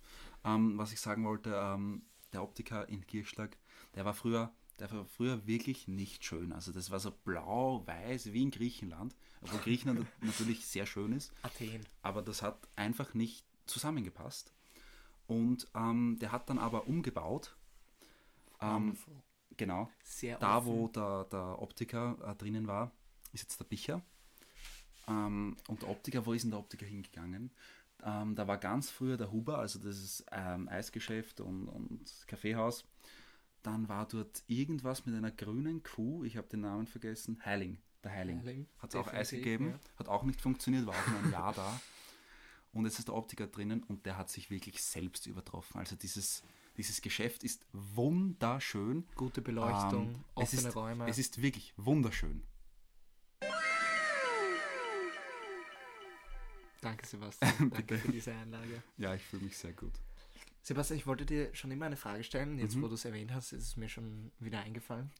[SPEAKER 1] Ähm, was ich sagen wollte, ähm, der Optiker in Kirchschlag, der war früher, der war früher wirklich nicht schön. Also das war so blau-weiß wie in Griechenland, obwohl Griechenland
[SPEAKER 2] [laughs]
[SPEAKER 1] natürlich sehr schön ist,
[SPEAKER 2] Athen.
[SPEAKER 1] aber das hat einfach nicht zusammengepasst. Und ähm, der hat dann aber umgebaut,
[SPEAKER 2] Wonderful.
[SPEAKER 1] genau,
[SPEAKER 2] Sehr
[SPEAKER 1] Ähm, da
[SPEAKER 2] offen.
[SPEAKER 1] wo der, der Optiker äh, drinnen war, ist jetzt der Bicher. Ähm, und der Optiker, wo ist denn der Optiker hingegangen? Ähm, da war ganz früher der Huber, also das ist ähm, Eisgeschäft und, und Kaffeehaus. Dann war dort irgendwas mit einer grünen Kuh, ich habe den Namen vergessen, Heiling, der Heiling.
[SPEAKER 2] Heiling,
[SPEAKER 1] Hat auch Eis
[SPEAKER 2] definitiv,
[SPEAKER 1] gegeben,
[SPEAKER 2] ja.
[SPEAKER 1] hat auch nicht funktioniert, war auch nur ein Jahr [laughs] da. Und jetzt ist der Optiker drinnen und der hat sich wirklich selbst übertroffen. Also dieses, dieses Geschäft ist wunderschön.
[SPEAKER 2] Gute Beleuchtung,
[SPEAKER 1] Ähm, es
[SPEAKER 2] offene
[SPEAKER 1] ist,
[SPEAKER 2] Räume.
[SPEAKER 1] Es ist wirklich wunderschön. [laughs]
[SPEAKER 2] Danke, Sebastian. Danke für diese Einlage.
[SPEAKER 1] Ja, ich fühle mich sehr gut.
[SPEAKER 2] Sebastian, ich wollte dir schon immer eine Frage stellen.
[SPEAKER 1] Mhm.
[SPEAKER 2] Jetzt, wo du es erwähnt hast, ist es mir schon wieder eingefallen.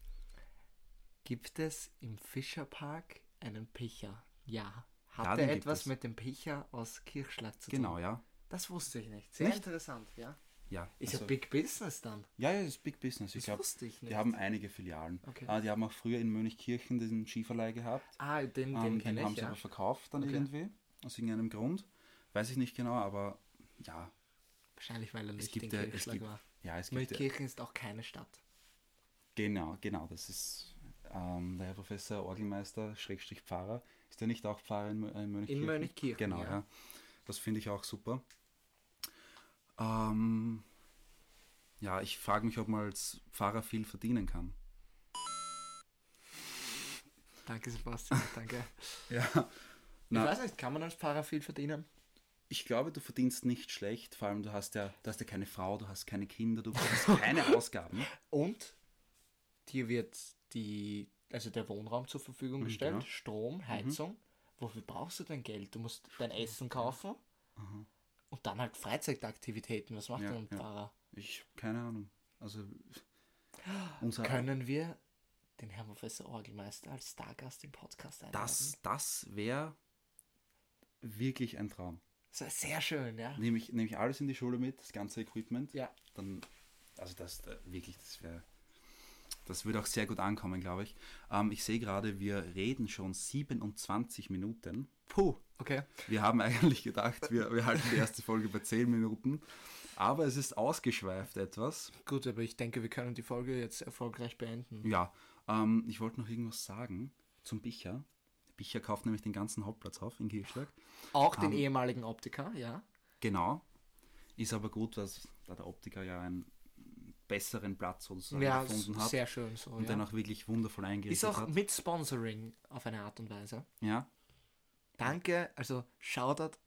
[SPEAKER 2] Gibt es im Fischerpark einen Picher? Ja. Hat
[SPEAKER 1] Ja, den
[SPEAKER 2] er
[SPEAKER 1] gibt
[SPEAKER 2] etwas
[SPEAKER 1] es.
[SPEAKER 2] mit dem Picher aus Kirchschlag zu
[SPEAKER 1] Genau,
[SPEAKER 2] tun?
[SPEAKER 1] ja.
[SPEAKER 2] Das wusste ich nicht. Sehr
[SPEAKER 1] Nicht?
[SPEAKER 2] interessant, ja.
[SPEAKER 1] Ja,
[SPEAKER 2] Ist
[SPEAKER 1] also-
[SPEAKER 2] ja Big Business dann.
[SPEAKER 1] ja, ja, das ist Big Business. Ich
[SPEAKER 2] Das
[SPEAKER 1] glaube,
[SPEAKER 2] wusste ich nicht.
[SPEAKER 1] die haben einige Filialen.
[SPEAKER 2] Okay.
[SPEAKER 1] Ah, die haben auch früher in Mönchkirchen diesen Skiverleih gehabt.
[SPEAKER 2] ah, den, den
[SPEAKER 1] Ähm, den
[SPEAKER 2] kenne
[SPEAKER 1] haben
[SPEAKER 2] ich,
[SPEAKER 1] sie
[SPEAKER 2] ja.
[SPEAKER 1] aber verkauft dann irgendwie, aus irgendeinem Grund. Weiß ich nicht genau, aber ja,
[SPEAKER 2] Wahrscheinlich, weil er
[SPEAKER 1] es
[SPEAKER 2] nicht in
[SPEAKER 1] gibt ja. Es
[SPEAKER 2] Kirchschlag
[SPEAKER 1] gibt,
[SPEAKER 2] war.
[SPEAKER 1] ja, es gibt ja,
[SPEAKER 2] Kirchen ist auch keine Stadt.
[SPEAKER 1] Genau, genau, das ist. Ähm, der Herr Professor Orgelmeister, Schrägstrich Pfarrer, ist der nicht auch Pfarrer in, Mö- äh, in Mönchkirchen?
[SPEAKER 2] Mönchkirchen,
[SPEAKER 1] Genau,
[SPEAKER 2] ja.
[SPEAKER 1] ja. Das finde ich auch super. Ähm, ja, ich frage mich, ob man als Pfarrer viel verdienen kann.
[SPEAKER 2] Danke,
[SPEAKER 1] [laughs]
[SPEAKER 2] Sebastian. Danke.
[SPEAKER 1] Ja. Na.
[SPEAKER 2] Ich weiß nicht, kann man als Pfarrer viel verdienen?
[SPEAKER 1] Ich glaube, du verdienst nicht schlecht, vor allem du hast ja, du hast ja keine Frau, du hast keine Kinder,
[SPEAKER 2] [laughs]
[SPEAKER 1] du hast keine Ausgaben.
[SPEAKER 2] Und dir wird die, also der Wohnraum zur Verfügung gestellt,
[SPEAKER 1] genau.
[SPEAKER 2] Strom, Heizung. Wofür brauchst du dein Geld? Du musst dein Essen kaufen und dann halt Freizeitaktivitäten. Was macht
[SPEAKER 1] Ja,
[SPEAKER 2] denn ein
[SPEAKER 1] ja.
[SPEAKER 2] Pfarrer?
[SPEAKER 1] Ich, keine Ahnung. Also, unser,
[SPEAKER 2] Können wir den Herrn Professor Orgelmeister als Stargast im Podcast einladen?
[SPEAKER 1] das, das wäre wirklich ein Traum.
[SPEAKER 2] Das wäre sehr schön, ja.
[SPEAKER 1] Nehme ich, nehme ich alles in die Schule mit, das ganze Equipment.
[SPEAKER 2] Ja.
[SPEAKER 1] Dann, also das äh, wirklich, das wäre. Das würde auch sehr gut ankommen, glaube ich. Ähm, ich sehe gerade, wir reden schon 27 Minuten.
[SPEAKER 2] Puh, okay.
[SPEAKER 1] Wir haben [laughs] eigentlich gedacht, wir, wir halten die erste Folge bei 10 Minuten. Aber es ist ausgeschweift etwas.
[SPEAKER 2] Gut, aber ich denke, wir können die Folge jetzt erfolgreich beenden.
[SPEAKER 1] Ja, ähm, ich wollte noch irgendwas sagen zum Bicher. Bicher kauft nämlich den ganzen Hauptplatz auf in Kirchschlag.
[SPEAKER 2] Auch den ehemaligen Optiker, ja.
[SPEAKER 1] Genau. Ist aber gut, dass, da der Optiker ja einen besseren Platz sozusagen
[SPEAKER 2] Ja,
[SPEAKER 1] gefunden
[SPEAKER 2] ist
[SPEAKER 1] hat.
[SPEAKER 2] sehr schön so.
[SPEAKER 1] und
[SPEAKER 2] ja.
[SPEAKER 1] dann auch wirklich wundervoll
[SPEAKER 2] Ist
[SPEAKER 1] eingerichtet
[SPEAKER 2] auch
[SPEAKER 1] hat.
[SPEAKER 2] mit Sponsoring auf eine Art und Weise.
[SPEAKER 1] Ja,
[SPEAKER 2] Danke, also Shoutout.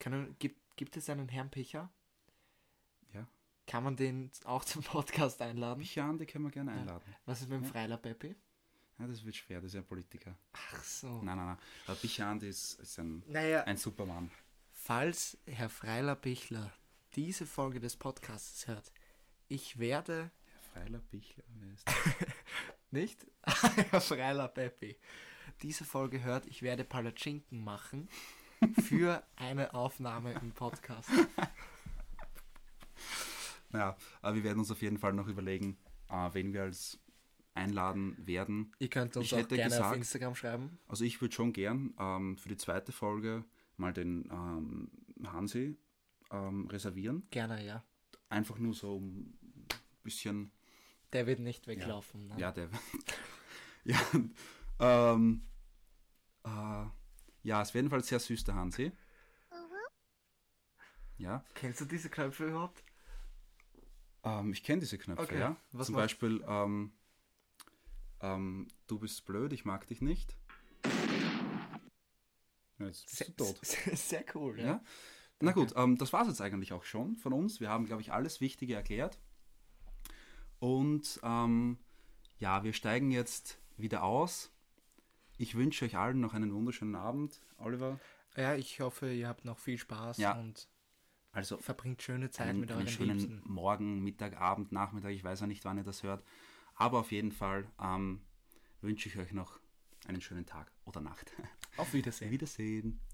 [SPEAKER 2] Können, gibt, gibt es einen Herrn Picher?
[SPEAKER 1] ja.
[SPEAKER 2] Kann man den auch zum Podcast einladen?
[SPEAKER 1] Micha Ande können wir gerne einladen.
[SPEAKER 2] Was ist mit dem Freiler Peppi?
[SPEAKER 1] Ja, das wird schwer, das ist ja ein Politiker.
[SPEAKER 2] Ach so.
[SPEAKER 1] Nein, nein, nein. Aber Micha Ande ist, ist ein,
[SPEAKER 2] Naja,
[SPEAKER 1] ein Supermann.
[SPEAKER 2] falls Herr Freiler Pichler diese Folge des Podcasts hört, ich werde
[SPEAKER 1] Herr Freiler Bichler, wer ist das?
[SPEAKER 2] nicht [laughs] Herr Freiler Peppi diese Folge hört, ich werde Palatschinken machen für eine Aufnahme im Podcast.
[SPEAKER 1] Naja, aber wir werden uns auf jeden Fall noch überlegen, äh, wen wir als einladen werden.
[SPEAKER 2] Ihr könnt uns
[SPEAKER 1] Ich
[SPEAKER 2] auch
[SPEAKER 1] hätte
[SPEAKER 2] gerne auf
[SPEAKER 1] gesagt-
[SPEAKER 2] Instagram schreiben.
[SPEAKER 1] Also ich würde schon gern ähm, für die zweite Folge mal den ähm, Hansi ähm, reservieren.
[SPEAKER 2] Gerne, ja.
[SPEAKER 1] Einfach nur so um ein bisschen
[SPEAKER 2] Der wird nicht weglaufen. Ne?
[SPEAKER 1] Ja, der. [laughs] ja, ähm, äh, ja, es wäre jedenfalls sehr süß, der Hansi. Ja,
[SPEAKER 2] Kennst du diese Knöpfe überhaupt?
[SPEAKER 1] ähm, ich kenne diese Knöpfe,
[SPEAKER 2] Okay,
[SPEAKER 1] ja.
[SPEAKER 2] was
[SPEAKER 1] Zum
[SPEAKER 2] macht-
[SPEAKER 1] Beispiel, ähm, ähm, du bist blöd, ich mag dich nicht. Ja, jetzt bist du tot.
[SPEAKER 2] [laughs] Sehr, sehr cool, ja.
[SPEAKER 1] Ja? Na gut, ähm, das war es jetzt eigentlich auch schon von uns. Wir haben, glaube ich, alles Wichtige erklärt. Und ähm, ja, wir steigen jetzt wieder aus. Ich wünsche euch allen noch einen wunderschönen Abend, Oliver.
[SPEAKER 2] Ja, ich hoffe, ihr habt noch viel Spaß
[SPEAKER 1] Ja.
[SPEAKER 2] und
[SPEAKER 1] Also
[SPEAKER 2] verbringt schöne Zeit
[SPEAKER 1] einen,
[SPEAKER 2] mit euren
[SPEAKER 1] einen schönen
[SPEAKER 2] Liebsten.
[SPEAKER 1] Morgen, Mittag, Abend, Nachmittag. Ich weiß ja nicht, wann ihr das hört. Aber auf jeden Fall ähm, wünsche ich euch noch einen schönen Tag oder Nacht.
[SPEAKER 2] Auf Wiedersehen.
[SPEAKER 1] Wiedersehen.